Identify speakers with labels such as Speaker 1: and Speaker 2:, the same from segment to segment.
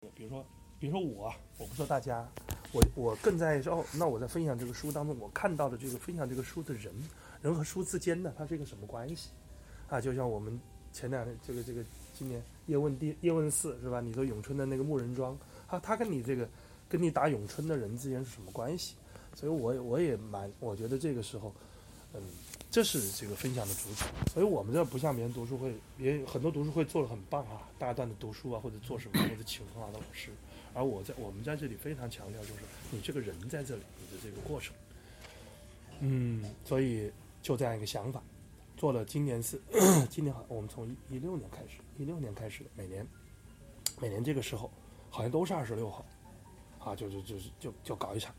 Speaker 1: 如说，比如说我，我不说大家，我我更在意是哦，那我在分享这个书当中，我看到的这个分享这个书的人，人和书之间呢，它是一个什么关系？啊，就像我们前两天这个这个今年叶问第叶问四是吧？你说咏春的那个木人桩，他他跟你这个跟你打咏春的人之间是什么关系？所以我也我也蛮，我觉得这个时候，嗯，这是这个分享的主旨。所以我们这不像别人读书会，也有很多读书会做的很棒啊，大段的读书啊，或者做什么，或者啊请很好的老师。而我在我们在这里非常强调，就是你这个人在这里，你的这个过程。嗯，所以就这样一个想法，做了今年是今年好，我们从一六年开始，一六年开始的每年，每年这个时候好像都是二十六号，啊，就就就是就就搞一场，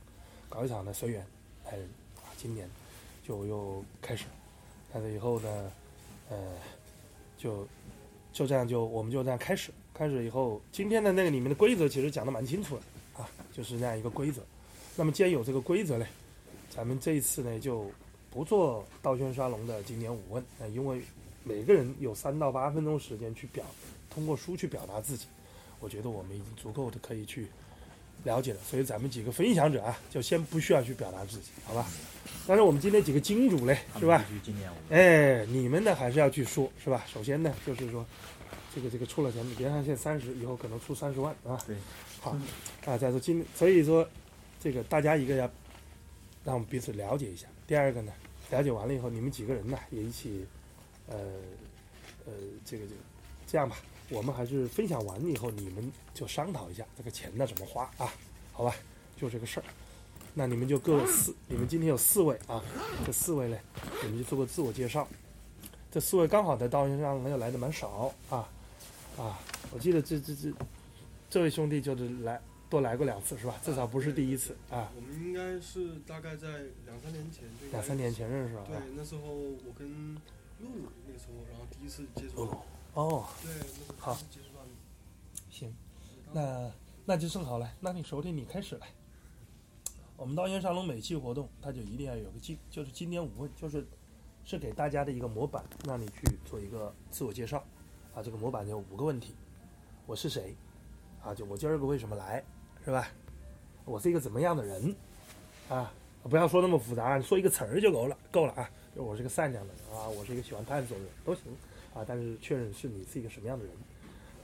Speaker 1: 搞一场呢随缘，哎，啊，今年就又开始了，开始以后呢，呃，就就这样就我们就这样开始，开始以后，今天的那个里面的规则其实讲的蛮清楚的啊，就是那样一个规则。那么既然有这个规则嘞，咱们这一次呢就不做道宣沙龙的经典五问，那、因为每个人有三到八分钟时间去表，通过书去表达自己，我觉得我们已经足够的可以去了解了。所以咱们几个分享者啊，就先不需要去表达自己，好吧？但是我们今天几个金主嘞，是吧？？
Speaker 2: 今年我们
Speaker 1: 哎，你们呢还是要去说，是吧？首先呢，就是说，这个这个出了钱，你别看现在三十，以后可能出三十万啊。
Speaker 2: 对，
Speaker 1: 好啊，再说今，所以说，这个大家一个要让我们彼此了解一下。第二个呢，了解完了以后，你们几个人呢也一起，呃呃，这个这个，这样吧，我们还是分享完以后，你们就商讨一下这个钱呢怎么花啊，好吧？就这个事儿。那你们就各四，你们今天有四位啊，这四位呢，你们就做个自我介绍。这四位刚好在道线上又来的蛮少啊啊！我记得这这这这位兄弟就是来多来过两次是吧？至少不是第一次啊，
Speaker 3: 我们应该是大概在两三年前就应该
Speaker 1: 两三年前认识了
Speaker 3: 对
Speaker 1: 啊。，
Speaker 3: 那时候我跟露露那时候，然后第一次接触
Speaker 1: 露露
Speaker 3: 到，
Speaker 1: 哦，
Speaker 3: 对，那时候
Speaker 1: 好
Speaker 3: 第一次接触到你，
Speaker 1: 行，那那就正好了，那你手里你开始来。我们道烟沙龙每期活动，它就一定要有个经，就是经典五问，就是是给大家的一个模板，让你去做一个自我介绍。啊，这个模板有五个问题，我是谁？啊，就我今儿个为什么来，是吧？我是一个怎么样的人？啊，不要说那么复杂，你说一个词儿就够了，够了啊。就我是个善良的人啊，我是一个喜欢探索的人，都行啊。但是确认是你是一个什么样的人。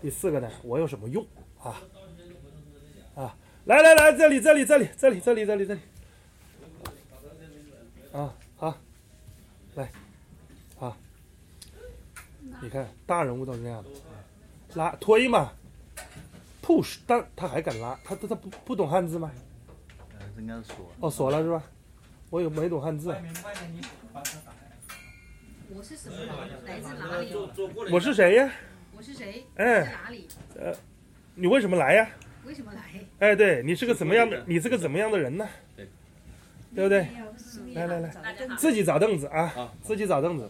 Speaker 1: 第四个呢，我有什么用啊？啊，来来来，这里这里这里这里这里这里这里，啊好，来，啊，你看大人物都是这样的，拉推嘛，push，但他还敢拉，他他他不不懂汉字吗？
Speaker 2: 呃应该是说
Speaker 1: 哦，锁了是吧？我也没懂汉字啊，
Speaker 4: 我是什么人？来自哪里？
Speaker 1: 我是谁呀？
Speaker 4: 我是谁？在
Speaker 1: 哎，
Speaker 4: 哪里？
Speaker 1: 你为什么来呀？
Speaker 4: 为什么来？
Speaker 1: 哎，对你是个怎么样的？你是个怎么样的人呢？
Speaker 5: 对，
Speaker 1: 对不对？来来来，自己找凳子啊，自己找凳子。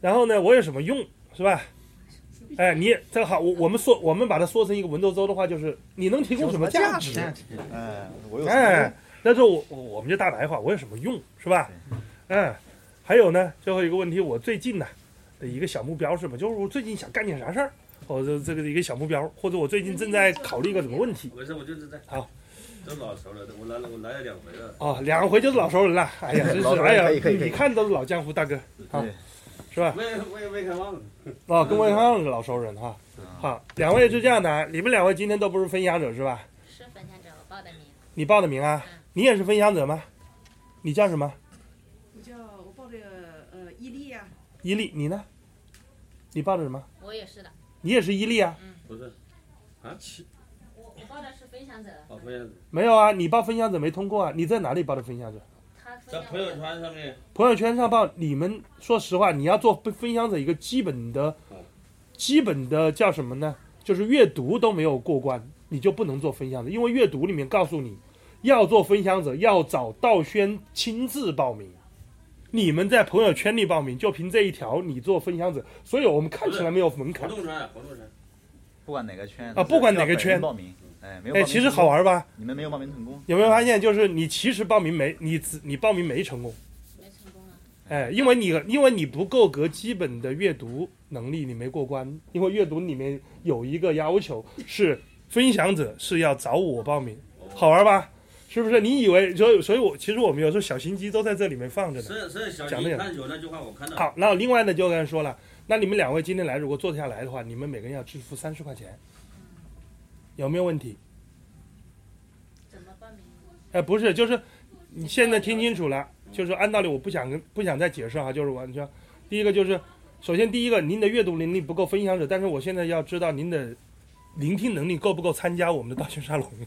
Speaker 1: 然后呢，我有什么用是吧？哎，你也正好，我我们说，我们把它说成一个文绉绉的话，就是你能提供什么价值？
Speaker 2: 哎，我有
Speaker 1: 哎，那时候我我我们就大白话，我有什么用是吧？嗯，还有呢，最后一个问题，我最近呢的一个小目标是什么？就是我最近想干点啥事儿，或者这个一个小目标，或者我最近正在考虑一个什么问题
Speaker 5: 没事，我就是在。
Speaker 1: 好，
Speaker 5: 都老熟了，我来了，我来了两回了。
Speaker 1: 啊、两回就是老熟人了，哎呀，真
Speaker 2: 老熟
Speaker 1: 是，
Speaker 2: 人
Speaker 1: 哎呀
Speaker 2: 可以可以，可以
Speaker 1: 你看都是老江湖大哥，好
Speaker 2: 对
Speaker 1: 是吧？
Speaker 5: 我也我也没看忘了。
Speaker 1: 啊，跟魏康是老熟人哈。好，两位是这样的啊，你们两位今天都不是分享者是吧？
Speaker 6: 是分享者，我报的名。嗯
Speaker 1: 你报的名啊？你也是分享者吗？你叫什么？
Speaker 7: 我叫我报这个呃伊利呀，
Speaker 1: 伊利，你呢？你报的什么？
Speaker 6: 我也是的，
Speaker 1: 你也是伊利啊？
Speaker 5: 不是，啊，
Speaker 6: 我我报的是分享者，
Speaker 5: 好朋友，
Speaker 1: 没有啊，你报分享者没通过啊？你在哪里报的分享者？
Speaker 6: 他分
Speaker 5: 在
Speaker 6: 享
Speaker 5: 朋友圈上面，
Speaker 1: 朋友圈上报，你们说实话，你要做分享者一个基本的
Speaker 5: 嗯、
Speaker 1: 基本的叫什么呢？就是阅读都没有过关，你就不能做分享者，因为阅读里面告诉你，要做分享者要找道轩亲自报名。你们在朋友圈里报名，就凭这一条，你做分享者，所以我们看起来没有门
Speaker 5: 活
Speaker 1: 槛。
Speaker 5: 动圈，啊活动圈，
Speaker 2: 不管哪个圈
Speaker 1: 啊不管哪个圈
Speaker 2: 需要本人报名，哎，没有报
Speaker 1: 哎，
Speaker 2: 名
Speaker 1: 其实好，玩吧？
Speaker 2: 你们没有报名成功，
Speaker 1: 有没有发现，就是你其实报名没，你只你报名没成功。
Speaker 6: 没成功啊，
Speaker 1: 哎，因为你因为你不够格基本的阅读能力，你没过关。因为阅读里面有一个要求是分享者是要找我报名，好玩吧？是不是？你以为所以所以我其实我们有时候小心机都在这里面放着呢。
Speaker 5: 是是小
Speaker 1: 讲
Speaker 5: 鸡
Speaker 1: 得也
Speaker 5: 看球那句话我看到了，
Speaker 1: 好，那另外呢，就刚才说了，那你们两位今天来，如果坐得下来的话，你们每个人要支付三十块钱，有没有问题？
Speaker 6: 怎么报名？啊
Speaker 1: 哎，不是，就是你现在听清楚了，就是按道理我不想跟不想再解释哈，就是我你说，第一个就是，首先第一个您的阅读能力不够分享者，但是我现在要知道您的聆听能力够不够参加我们的道歉沙龙。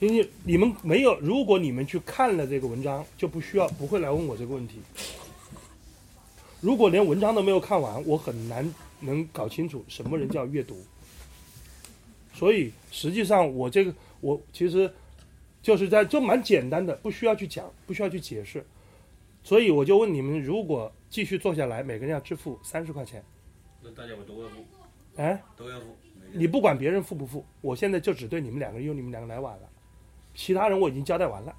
Speaker 1: 因为你们没有，如果你们去看了这个文章，就不需要不会来问我这个问题。如果连文章都没有看完，我很难能搞清楚什么人叫阅读。所以实际上我这个我其实就是在就蛮简单的，不需要去讲，不需要去解释。所以我就问你们，如果继续做下来，每个人要支付三十块钱，
Speaker 5: 那大家我都要付，
Speaker 1: 哎，
Speaker 5: 都要付，每个人
Speaker 1: 你不管别人付不付，我现在就只对你们两个人，因为你们两个来晚了，其他人我已经交代完了，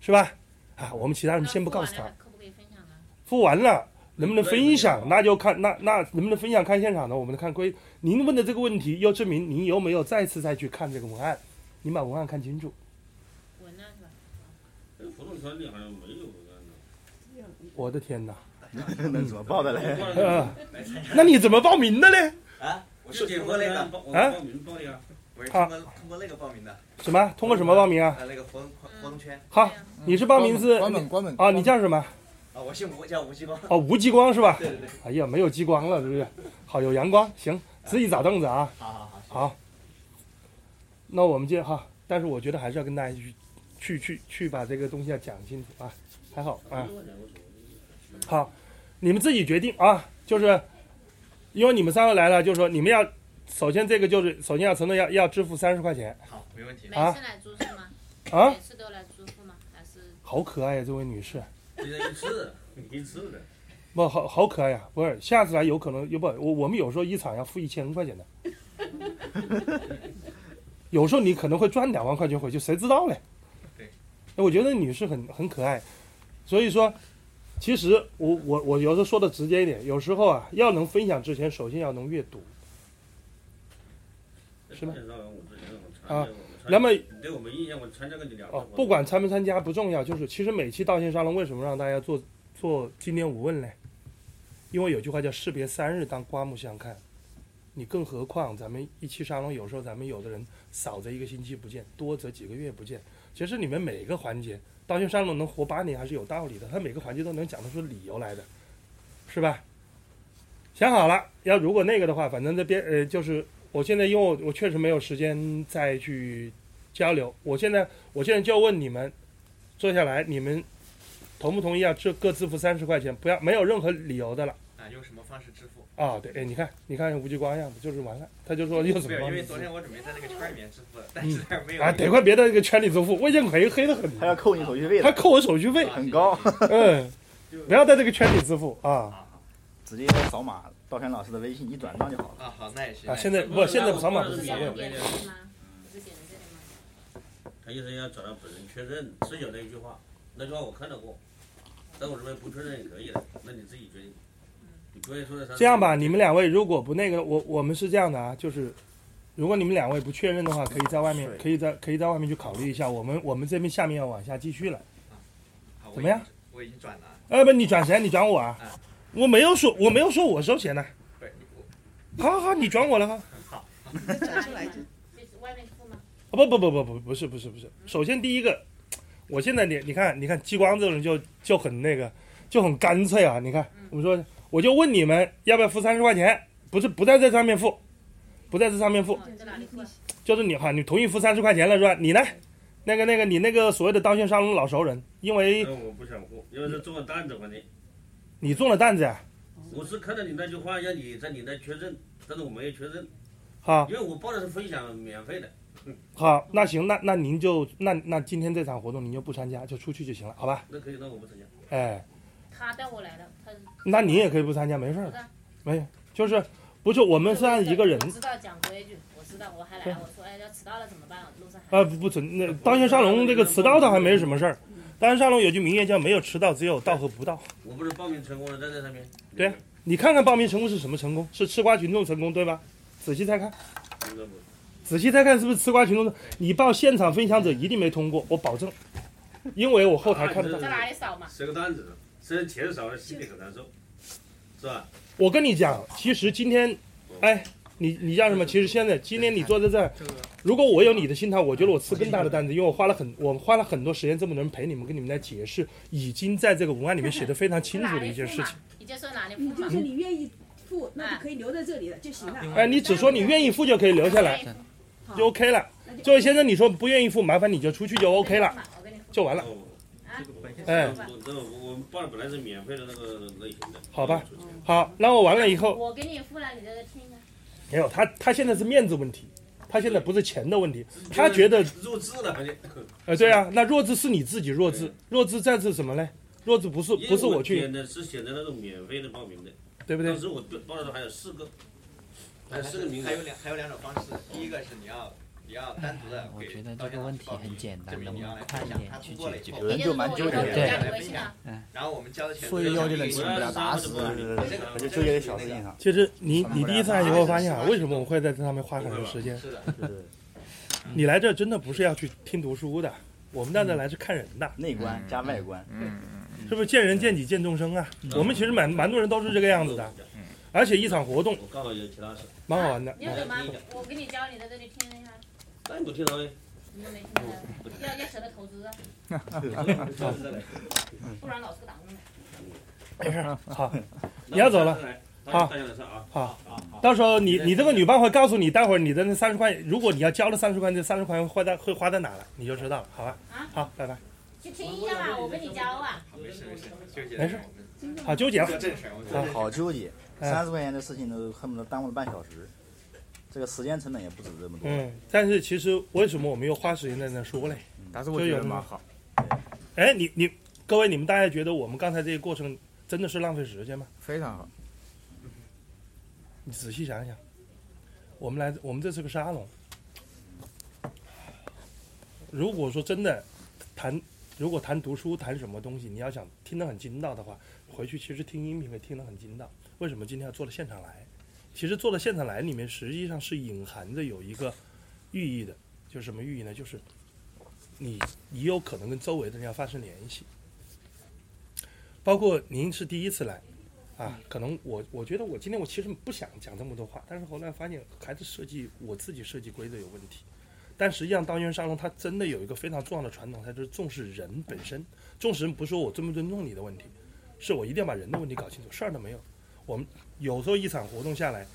Speaker 1: 是吧？啊，我们其他人先不告诉他，
Speaker 6: 可不可以分享啊？
Speaker 1: 付完了能不能分享，那就看那那能不能分享看现场呢？我们看归您问的这个问题，又证明您有没有再次再去看这个文案，您把文案看清楚。
Speaker 6: 文案是吧？
Speaker 5: 哎活动圈里好像没有文案呢。
Speaker 1: 我的天哪！
Speaker 2: 能怎么报的 来？
Speaker 5: 来，
Speaker 1: 呃，那你怎么报名的嘞？
Speaker 8: 啊，我
Speaker 5: 是
Speaker 8: 是
Speaker 5: 点
Speaker 8: 通
Speaker 5: 过
Speaker 8: 过那个
Speaker 5: 那个，，我
Speaker 1: 啊
Speaker 5: 报名报的呀。
Speaker 8: 我是
Speaker 1: 啊
Speaker 8: 通过通过那个报名的，
Speaker 1: 什么？通过什么报名啊？
Speaker 8: 呃，那个活动活
Speaker 6: 嗯
Speaker 8: 动圈
Speaker 1: 好，你是报名是
Speaker 9: 关门关门
Speaker 1: 啊？你叫什 么？
Speaker 8: 啊，我姓吴，叫吴继光。
Speaker 1: 哦，吴激光是吧？
Speaker 8: 对对对，
Speaker 1: 哎呀，没有激光了，是不是？好，有阳光，行，自己找凳子啊。
Speaker 8: 好好好，行
Speaker 1: 好，那我们接哈，但是我觉得还是要跟大家去去去去把这个东西要讲清楚啊。还好啊，好，你们自己决定啊，就是因为你们三个来了，就是说你们要首先这个就是首先要承诺要要支付三十块钱
Speaker 8: 好，没问题。
Speaker 6: 每次来住宿吗？
Speaker 1: 啊
Speaker 6: 每，次都来住宿吗？还是
Speaker 1: 好可爱呀、这位女士。
Speaker 5: 一人一次，一次的。
Speaker 1: 不好好可爱呀、不是，下次来有可能，要不我我们有时候一场要付一千块钱的， 有时候你可能会赚两万块钱回去，谁知道嘞？哎
Speaker 8: 对，
Speaker 1: 我觉得女士很很可爱，所以说，其实我我我有时候说的直接一点，有时候啊，要能分享之前，首先要能阅读。是吗啊
Speaker 5: 啊
Speaker 1: 那么
Speaker 5: 你对我没印象，我参加过你两次
Speaker 1: 哦
Speaker 5: 活，动。
Speaker 1: 不管参没参加不重要，就是其实每期道歉沙龙为什么让大家做做今天五问嘞？因为有句话叫“士别三日，当刮目相看”。你更何况咱们一期沙龙，有时候咱们有的人少则一个星期不见，多则几个月不见。其实你们每个环节，道歉沙龙能活八年还是有道理的，它每个环节都能讲得出理由来的，是吧？想好了，要如果那个的话，反正这边呃，就是我现在因为我我确实没有时间再去交流，我现在我现在就问你们，坐下来，你们同不同意要这各自付三十块钱？不要没有任何理由的了
Speaker 8: 啊，用什么方式支付？
Speaker 1: 啊！对，哎，你看，你看吴继光样子就是完了，他就说又怎
Speaker 8: 没
Speaker 1: 么
Speaker 8: 有，
Speaker 1: 帮
Speaker 8: 因
Speaker 1: 你
Speaker 8: 为昨天我准备在那个圈里面支付的，但
Speaker 1: 嗯
Speaker 8: 是那儿没有。
Speaker 1: 啊？得怪别的那个圈里支付，魏建奎黑的很，
Speaker 8: 嗯
Speaker 2: 还要扣你手续费
Speaker 1: 他
Speaker 2: 的，
Speaker 1: 扣我手续
Speaker 8: 啊
Speaker 1: 费，
Speaker 2: 很高，
Speaker 1: 嗯，不要在这个圈里支付啊
Speaker 8: 啊
Speaker 2: 直接扫码道泉老师的微信一转账就好了。
Speaker 8: 啊，好，那也行。那
Speaker 1: 啊！
Speaker 8: 也
Speaker 1: 现
Speaker 8: 行
Speaker 1: 在不，现在扫码不
Speaker 6: 不
Speaker 1: 是
Speaker 6: 是
Speaker 1: 无
Speaker 6: 在
Speaker 1: 所谓
Speaker 6: 这
Speaker 1: 了，
Speaker 6: 边的是吗？不是写在这里吗？
Speaker 5: 他意思要找到本人确认，是有那一句话，那句话我看到过，但我认为不确认也可以的，那你自己决定。你不愿意说的啥？
Speaker 1: 这样吧，你们两位如果不那个，我我们是这样的啊，就是如果你们两位不确认的话，可以在外面，可以在可以在外面去考虑一下。我们我们这边下面要往下继续了。
Speaker 8: 好
Speaker 1: 怎么样？
Speaker 8: 我已经我已经转了啊，
Speaker 1: 哎，不，你转谁？你转我啊
Speaker 8: 啊？
Speaker 1: 我没有说，我没有说我收钱呢、
Speaker 8: 不是我
Speaker 1: 好好，你转我了哈。
Speaker 7: 再转出来就
Speaker 6: 就是外面付吗？
Speaker 1: 啊不不不不不不是不是不是。首先第一个，我现在你你看你看激光这种人就就很那个就很干脆啊。你看我们说，我就问你们要不要付三十块钱？不是不在这上面付，不在这上面付，
Speaker 6: 哦，在哪里付啊？
Speaker 1: 就是你哈，你同意付三十块钱了是吧？你呢？那个那个你那个所谓的道歉沙龙老熟人，因为
Speaker 5: 那我不想过，因为是做担子嘛你。
Speaker 1: 你中了担子啊，
Speaker 5: 我是看到你那句话，让你在你那确认，但是我没有确认，
Speaker 1: 好
Speaker 5: 因为我报的是分享免费的。
Speaker 1: 好，那行，那那您就那那今天这场活动您就不参加，就出去就行了，好吧？
Speaker 5: 那可以，那我不参加。
Speaker 1: 哎。
Speaker 6: 他带我来的，他
Speaker 1: 那你也可以不参加，没事儿
Speaker 6: 不是
Speaker 1: 的，没有，就是不是我们是按一个人
Speaker 6: 我，知道讲规矩，我知道，我还来，我说哎要迟到了怎么办？路上还
Speaker 1: 呃，不不存，那道歉沙龙这个迟到倒还没什么事儿。道歉沙龙有句名言叫“没有迟到，只有到和不到
Speaker 5: 我不是报名成功了，在那上面。
Speaker 1: 对啊”。你看看报名成功是什么成功？是吃瓜群众成功，对吧？仔细再看，
Speaker 5: 应该不是。
Speaker 1: 仔细再看是不是吃瓜群众的？你报现场分享者一定没通过，我保证，因为我后台看得到。
Speaker 6: 在哪里扫嘛？
Speaker 5: 是个段子，虽然钱少了，心里很难受，是吧？
Speaker 1: 我跟你讲，其实今天，哎，你你叫什么？其实现在今天你坐在这儿，
Speaker 3: 这个
Speaker 1: 如果我有你的心态，我觉得我吃更大的担子，因为我花了很我花了很多时间这么多人陪你们，跟你们来解释，已经在这个文案里面写的非常清楚的一件事 情。
Speaker 6: 你就说哪里付
Speaker 7: 你
Speaker 6: 嘛
Speaker 7: 就？是你愿意付，那就可以留在这里了就行了。
Speaker 1: 哎，你只说你愿意付就可以留下来，就 OK 了。这位先生，你说不愿意付，麻烦你就出去就 OK 了，。
Speaker 6: 我跟你付
Speaker 1: 就完了。
Speaker 5: 哦，
Speaker 6: 啊，
Speaker 1: 哎
Speaker 5: 我那我我们报的本来是免费的那个类型的，
Speaker 1: 好吧？好，那我完了以后，
Speaker 6: 我给你付了，你在这听啊。
Speaker 1: 没有他，他现在是面子问题，他现在不是钱的问题，他觉得
Speaker 5: 弱智了，还得
Speaker 1: 呃，对啊，那弱智是你自己弱智，弱智再是什么呢？弱智不是不是我去，
Speaker 5: 选的，是选的那种免费的报名的，
Speaker 1: 对不对
Speaker 5: 当？时我报的时候还有四个，还有四个名额
Speaker 8: 还有，两还有两种方式，第一个是你要你要单独的
Speaker 9: 我
Speaker 8: 给
Speaker 9: 觉得
Speaker 8: 到
Speaker 9: 这个
Speaker 8: 现场
Speaker 9: 问
Speaker 8: 去
Speaker 9: 题
Speaker 8: 报名
Speaker 9: 很简单，
Speaker 8: 证明
Speaker 9: 能
Speaker 8: 你
Speaker 9: 不
Speaker 8: 要来
Speaker 9: 能
Speaker 8: 看
Speaker 9: 快一
Speaker 8: 一下，
Speaker 9: 点
Speaker 8: 他通
Speaker 9: 去
Speaker 8: 过了
Speaker 9: 解
Speaker 8: 以
Speaker 9: 决
Speaker 8: 后？
Speaker 2: 有，人就蛮纠结
Speaker 6: 我加你
Speaker 2: 的，
Speaker 6: 微信啊，
Speaker 8: 然后我们交的钱，
Speaker 2: 所以要这个
Speaker 8: 这
Speaker 2: 钱不了打死
Speaker 8: 个
Speaker 2: 我就纠结在小事情上，
Speaker 1: 其实你你第一次来以后发现啊，为什么我会在嗯这上面花很多时间？
Speaker 8: 是的，
Speaker 2: 就是
Speaker 1: 你来这真的不是要去听读书的，我们到这来是看人的，
Speaker 2: 内观加外观，
Speaker 1: 是不是见人见己见众生啊？我们其实蛮蛮多人都是这个样子的，而且一场活动
Speaker 5: 我刚好有其他事，
Speaker 1: 蛮好玩的。
Speaker 6: 你有什么？我给你教，你在这里听一下，
Speaker 5: 那你不听了没？
Speaker 6: 你都没听
Speaker 2: 嗯
Speaker 6: 到，要要舍得投资啊，不然老是个打工的。
Speaker 1: 没事儿，嗯 好，
Speaker 5: 你要走了，好，大家晚上啊，
Speaker 1: 好，
Speaker 5: 好好。
Speaker 1: 到时候你你这个女伴会告诉你，待会儿你的那三十块，如果你要交了三十块，这三十块钱花在会花在哪了，你就知道了，好吧
Speaker 6: 啊？
Speaker 1: 好，拜拜。
Speaker 6: 去听一下嘛，我跟你教啊。
Speaker 8: 好没事没事，纠结
Speaker 1: 没事好，纠结啊
Speaker 8: 做。
Speaker 1: 了
Speaker 8: 正事儿，我们做正事儿
Speaker 2: 好纠结，
Speaker 1: 哎
Speaker 2: 三十块钱的事情都恨不得耽误了半小时，这个时间成本也不止这么多。
Speaker 1: 嗯，但是其实为什么我们又花时间在那说嘞？
Speaker 9: 但是
Speaker 1: 我觉得蛮
Speaker 9: 好。
Speaker 1: 哎，你你各位，你们大家觉得我们刚才这个过程真的是浪费时间吗？
Speaker 9: 非常好。
Speaker 1: 你仔细想一想，我们来，我们这是个沙龙。如果说真的谈，如果谈读书谈什么东西，你要想听得很精到的话，回去其实听音频可以听得很精到。为什么今天要做到现场来？其实做到现场来里面，实际上是隐含着有一个寓意的，就是什么寓意呢？就是你你有可能跟周围的人要发生联系，包括您是第一次来。啊，可能我我觉得我今天我其实不想讲这么多话，但是后来发现还是设计我自己设计规则有问题。但实际上，当冤沙龙它真的有一个非常重要的传统，它就是重视人本身。重视人不是说我尊不尊重你的问题，是我一定要把人的问题搞清楚，事儿都没有。我们有时候一场活动下来，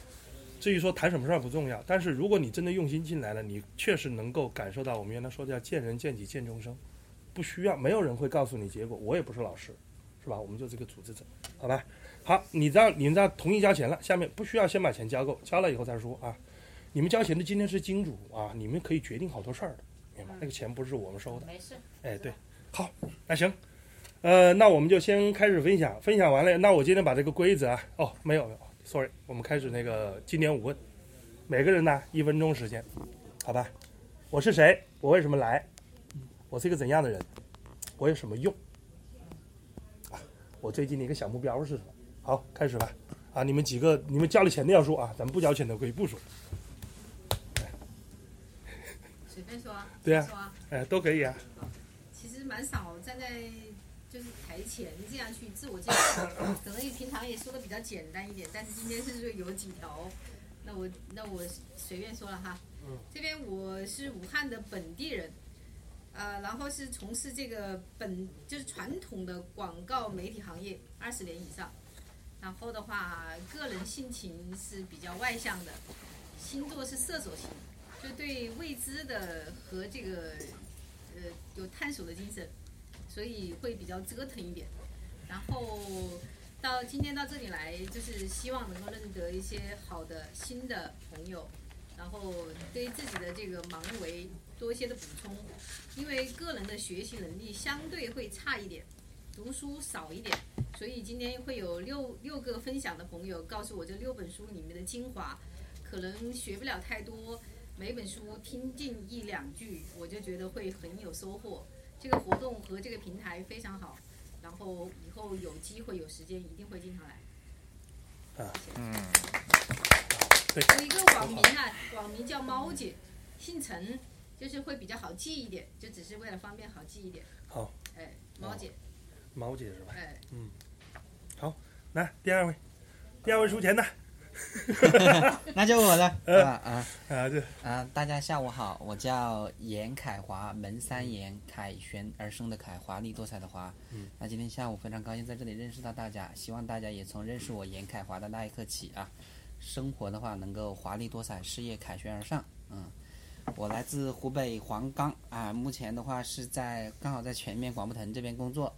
Speaker 1: 至于说谈什么事儿不重要，但是如果你真的用心进来了，你确实能够感受到我们原来说的叫见人见己见众生，不需要没有人会告诉你结果，我也不是老师，是吧？我们就是个组织者，好吧？好，你让你们让同意交钱了，下面不需要先把钱交够，交了以后再说啊。你们交钱的今天是金主啊，你们可以决定好多事儿的，明白？那个钱不是我们收的，
Speaker 6: 没事，
Speaker 1: 哎，对，好，那行，呃，那我们就先开始分享，分享完了，那我今天把这个规则啊，哦，没有没有，sorry，我们开始那个经典五问，每个人呢一分钟时间，好吧？我是谁？我为什么来？我是一个怎样的人？我有什么用？啊我最近的一个小目标是什么？好，开始吧。啊，你们几个，你们交了钱的要说啊，咱们不交钱的可以不说。
Speaker 4: 随便说啊，
Speaker 1: 对啊
Speaker 4: 说啊，
Speaker 1: 哎，都可以啊。
Speaker 4: 其实蛮少站在就是台前这样去自我介绍，可能平常也说的比较简单一点，但是今天是有几条，那我那我随便说了哈。
Speaker 1: 嗯。
Speaker 4: 这边我是武汉的本地人，呃，然后是从事这个本就是传统的广告媒体行业二十年以上，然后的话，个人性情是比较外向的，星座是射手型。就对未知的和这个呃有探索的精神，所以会比较折腾一点。然后到今天到这里来，就是希望能够认得一些好的新的朋友，然后对自己的这个盲维多一些的补充，因为个人的学习能力相对会差一点，读书少一点，所以今天会有六六个分享的朋友告诉我这六本书里面的精华，可能学不了太多。每本书听进一两句，我就觉得会很有收获。这个活动和这个平台非常好，然后以后有机会有时间一定会经常来。
Speaker 9: 嗯，
Speaker 4: 有一个网名啊，网名叫猫姐，姓陈，就是会比较好记一点，就只是为了方便好记一点。
Speaker 1: 好，
Speaker 4: 哎，猫姐，
Speaker 1: 毛姐是吧？
Speaker 4: 哎，
Speaker 1: 来，第二位，第二位出钱的
Speaker 9: 那就我 了。
Speaker 1: 呃
Speaker 9: 啊啊
Speaker 1: 啊，这
Speaker 9: 啊！大家下午好，我叫严凯华，门三严，凯旋而生的凯，华丽多彩的华。
Speaker 1: 嗯，
Speaker 9: 那今天下午非常高兴在这里认识到大家，希望大家也从认识我严凯华的那一刻起啊，生活的话能够华丽多彩，事业凯旋而上。嗯，我来自湖北黄冈啊，目前的话是在刚好在全面广播腾这边工作。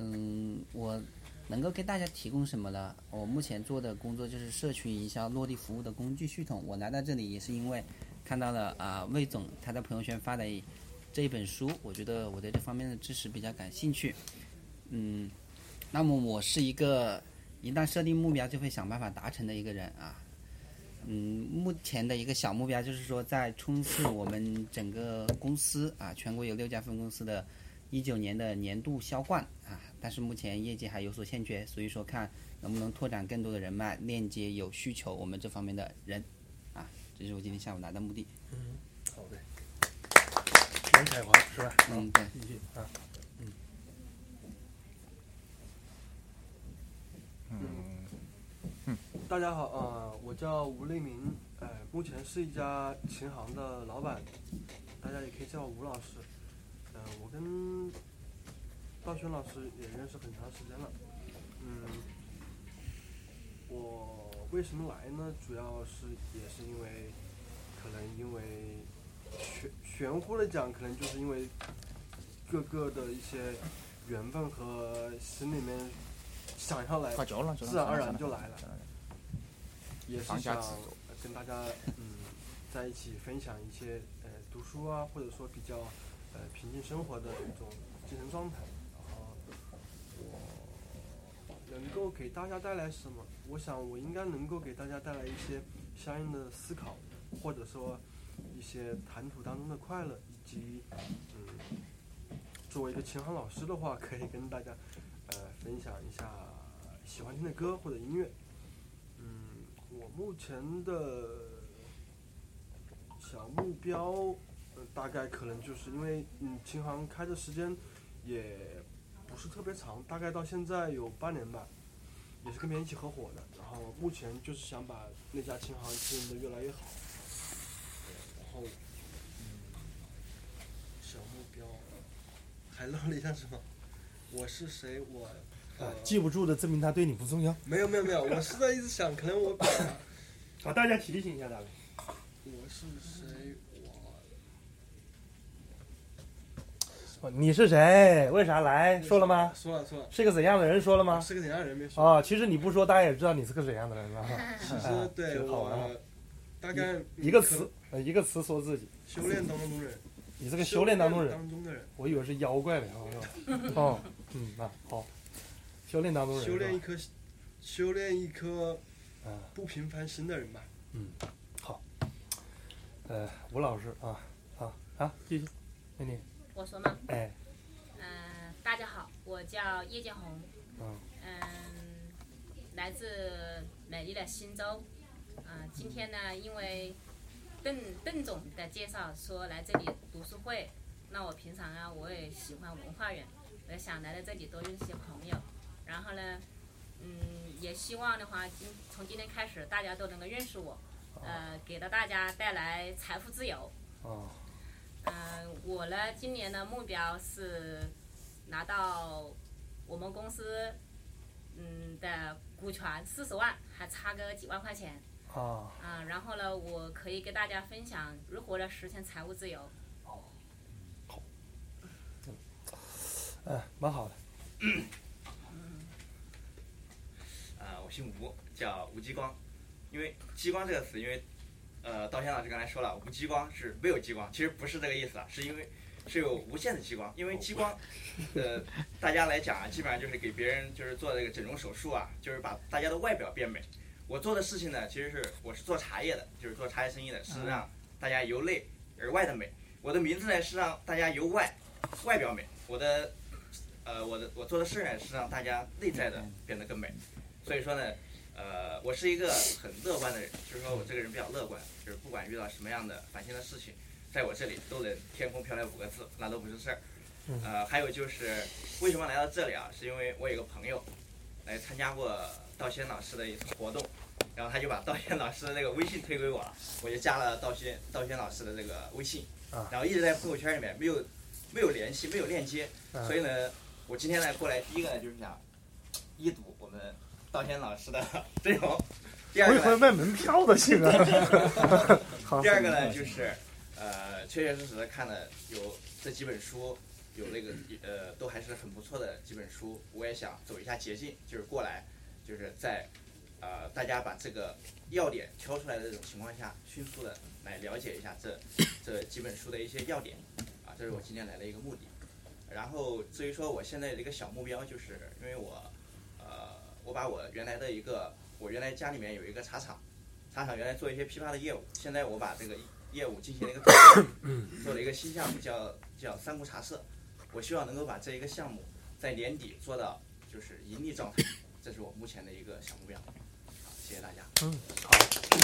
Speaker 9: 嗯，我能够给大家提供什么呢？我目前做的工作就是社区营销落地服务的工具系统。我来到这里也是因为看到了啊、魏总他在朋友圈发的这一本书，我觉得我对这方面的知识比较感兴趣。嗯，那么我是一个一旦设定目标就会想办法达成的一个人啊。嗯，目前的一个小目标就是说，在冲刺我们整个公司啊，全国有六家分公司的一九年的年度销冠啊，但是目前业绩还有所欠缺，所以说看能不能拓展更多的人脉，链接有需求我们这方面的人啊，这是我今天下午来的目的。
Speaker 1: 嗯好的，袁凯华是吧？
Speaker 9: 嗯，对，
Speaker 1: 继续啊，
Speaker 3: 嗯大家好，呃，我叫吴立明，呃，目前是一家琴行的老板，大家也可以叫我吴老师。呃，我跟道轩老师也认识很长时间了。嗯，我为什么来呢？主要是也是因为，可能因为玄玄乎的讲，可能就是因为各个的一些缘分和心里面想要来
Speaker 2: 快嚼了，嚼了
Speaker 3: 自然
Speaker 2: 嚼
Speaker 3: 而
Speaker 2: 了
Speaker 3: 然
Speaker 2: 嚼
Speaker 3: 就
Speaker 2: 了
Speaker 3: 来了
Speaker 2: 嚼了
Speaker 3: 也是
Speaker 2: 防家
Speaker 3: 想
Speaker 2: 自足
Speaker 3: 跟大家嗯在一起分享一些呃读书啊，或者说比较呃平静生活的一种精神状态。然后我能够给大家带来什么？我想我应该能够给大家带来一些相应的思考，或者说一些谈吐当中的快乐，以及嗯作为一个琴行老师的话，可以跟大家呃分享一下喜欢听的歌或者音乐。嗯，我目前的小目标，呃，大概可能就是因为嗯，琴行开的时间也不是特别长，大概到现在有半年吧，也是跟别人一起合伙的。然后目前就是想把那家琴行经营的越来越好，对然后嗯，小目标还漏了一项什么？我是谁？我
Speaker 1: 啊
Speaker 3: 呃，
Speaker 1: 记不住的证明他对你不重要。
Speaker 3: 没有没有没有，我是在一直想，可能我表达
Speaker 1: 好，啊大家提醒一下大家。
Speaker 3: 我是谁？我
Speaker 1: 哦你是谁？为啥来？说了吗？
Speaker 3: 说了说了，
Speaker 1: 是个怎样的人？说了吗
Speaker 3: 我？是个怎样的人没说？
Speaker 1: 啊，其实你不说，大家也知道你是个怎样的人了。
Speaker 3: 其
Speaker 1: 啊
Speaker 3: 实对
Speaker 1: 挺好玩啊
Speaker 3: 我大概
Speaker 1: 一个
Speaker 3: 可
Speaker 1: 词，呃一个词说自己，
Speaker 3: 修炼当中的人，
Speaker 1: 你是个修炼当中人。
Speaker 3: 当中的人，
Speaker 1: 我以为是妖怪呢。哦，嗯，那好，修炼当中人。
Speaker 3: 修炼
Speaker 1: 是
Speaker 3: 一
Speaker 1: 吧
Speaker 3: 颗修炼一颗
Speaker 1: 嗯。
Speaker 3: 不平凡心的人吧。
Speaker 1: 呃，吴老师啊，啊啊，继续，美女，
Speaker 6: 我说嘛，
Speaker 1: 哎，
Speaker 6: 嗯、大家好，我叫叶建红，
Speaker 1: 嗯
Speaker 6: 嗯、来自美丽的新州，啊、今天呢，因为邓邓总的介绍说来这里读书会，那我平常啊我也喜欢文化人，我也想来到这里多认识些朋友，然后呢，嗯，也希望的话，今从今天开始大家都能够认识我，呃，给到大家带来财富自由。
Speaker 1: 啊，
Speaker 6: 嗯，我呢，今年的目标是拿到我们公司嗯的股权四十万，还差个几万块钱
Speaker 1: 啊，
Speaker 6: 啊、然后呢，我可以给大家分享如何的实现财务自由。
Speaker 1: 嗯，蛮好的，
Speaker 8: 啊，我姓吴，叫吴激光。因为“激光”这个词，因为呃，道轩老师刚才说了，无激光是没有激光，其实不是这个意思啊，是因为是有无限的激光。因为激光，呃，大家来讲啊，基本上就是给别人就是做这个整容手术啊，就是把大家的外表变美。我做的事情呢，其实是我是做茶叶的，就是做茶叶生意的，是让大家由内而外的美。我的名字呢是让大家由外外表美，我的呃我的我做的事呢是让大家内在的变得更美。所以说呢，呃，我是一个很乐观的人，就是说我这个人比较乐观，就是不管遇到什么样的烦心的事情，在我这里都能天空飘来五个字，那都不是事儿。呃，还有就是为什么来到这里啊？是因为我有个朋友来参加过道轩老师的一次活动，然后他就把道轩老师的那个微信推给我了，我就加了道轩道轩老师的这个微信
Speaker 1: 啊，
Speaker 8: 然后一直在朋友圈里面没有没有联系，没有链接，
Speaker 1: 嗯
Speaker 8: 所以呢，我今天呢过来，第一个呢就是想一睹我们道轩老师的 阵容，第二
Speaker 1: 我
Speaker 8: 个
Speaker 1: 以后
Speaker 8: 呢
Speaker 1: 卖门票的行 啊。 好
Speaker 8: 第，二个呢就是，呃，确确实实的看了有这几本书，有那个呃，都还是很不错的几本书。我也想走一下捷径，就是过来，就是在呃大家把这个要点挑出来的这种情况下，迅速的来了解一下这这几本书的一些要点啊，这是我今天来的一个目的。然后至于说我现在的一个小目标，就是因为我呃，我把我原来的一个我原来家里面有一个茶厂。茶厂原来做一些批发的业务，现在我把这个业务进行了一个转型做了一个新项目叫叫三顾茶社，我希望能够把这一个项目在年底做到就是盈利状态，这是我目前的一个小目标。好，谢谢大家。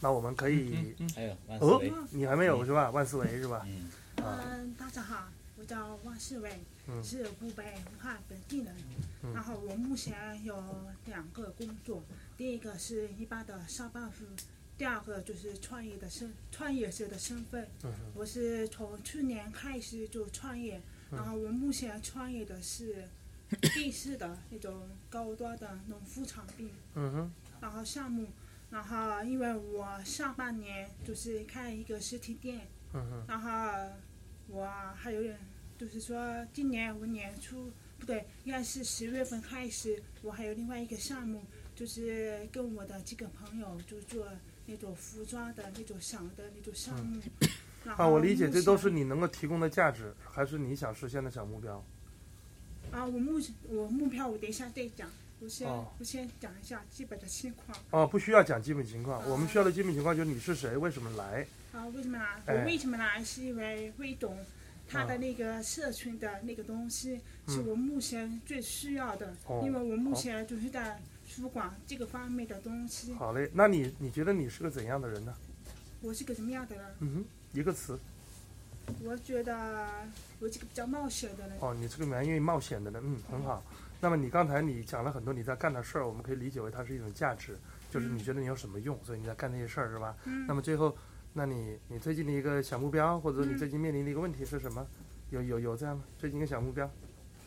Speaker 1: 那我们可以，
Speaker 9: 还有万
Speaker 1: 哦
Speaker 9: 维，，
Speaker 1: 你还没有是吧？万思维是吧？
Speaker 9: 嗯，
Speaker 1: 啊，
Speaker 7: 嗯，大家好，我叫万世伟，
Speaker 1: 嗯
Speaker 7: 是湖北武汉本地人。
Speaker 1: 嗯
Speaker 7: 然后我目前有两个工作，第一个是一般的上班族，第二个就是创业的身创业者的身份。
Speaker 1: 嗯
Speaker 7: 我是从去年开始就创业，
Speaker 1: 嗯
Speaker 7: 然后我目前创业的是地市的那种高端的农副产品。
Speaker 1: 嗯哼，
Speaker 7: 然后项目，然后因为我上半年就是开了一个实体店，
Speaker 1: 嗯哼，
Speaker 7: 然后我还有点就是说今年我年初不对，应该是十月份开始，我还有另外一个项目，就是跟我的几个朋友就做那种服装的那种小的那种项目。然
Speaker 1: 啊，
Speaker 7: 后
Speaker 1: 我理解，
Speaker 7: 目
Speaker 1: 这都
Speaker 7: 前
Speaker 1: 是你能够提供的价值，还是你想实现的小目标？
Speaker 7: 啊，我目前我目标我等一下再讲，我先、
Speaker 1: 哦
Speaker 7: 我先讲一下基本的情况
Speaker 1: 哦，不需要讲基本情况，
Speaker 7: 啊
Speaker 1: 我们需要的基本情况就是你是谁，为什么来，
Speaker 7: 啊，为什么来？
Speaker 1: 哎
Speaker 7: 我为什么来？是因为魏董他
Speaker 1: 啊
Speaker 7: 的那个社群的那个东西是
Speaker 1: 嗯
Speaker 7: 我目前最需要的，
Speaker 1: 哦
Speaker 7: 因为我目
Speaker 1: 好
Speaker 7: 前就是在书馆这个方面的东西。
Speaker 1: 好嘞，那你你觉得你是个怎样的人呢？
Speaker 7: 我是个什么样的人？
Speaker 1: 嗯哼，一个词
Speaker 7: 我觉得我是个比较冒险的人。
Speaker 1: 哦，你是个蛮愿意冒险的人，嗯，很好。那么你刚才你讲了很多你在干的事儿，我们可以理解为它是一种价值，就是你觉得你有什么用，所以你在干这些事儿是吧？
Speaker 7: 嗯
Speaker 1: 那么最后，那你你最近的一个小目标，或者说你最近面临的一个问题是什么？有有有这样吗？最近一个小目标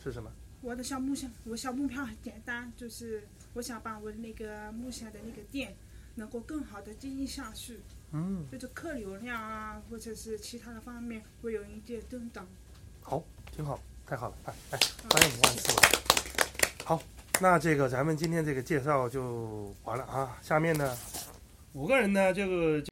Speaker 1: 是什么？
Speaker 7: 我的小目标，我小目标很简单，就是我想把我那个目前的那个店能够更好的经营下去，
Speaker 1: 嗯，
Speaker 7: 就是客流量啊，或者是其他的方面会有一定增长。
Speaker 1: 好，挺好，太好了，哎哎，欢迎万次了。好，那这个咱们今天这个介绍就完了啊。下面呢，五个人呢，这个。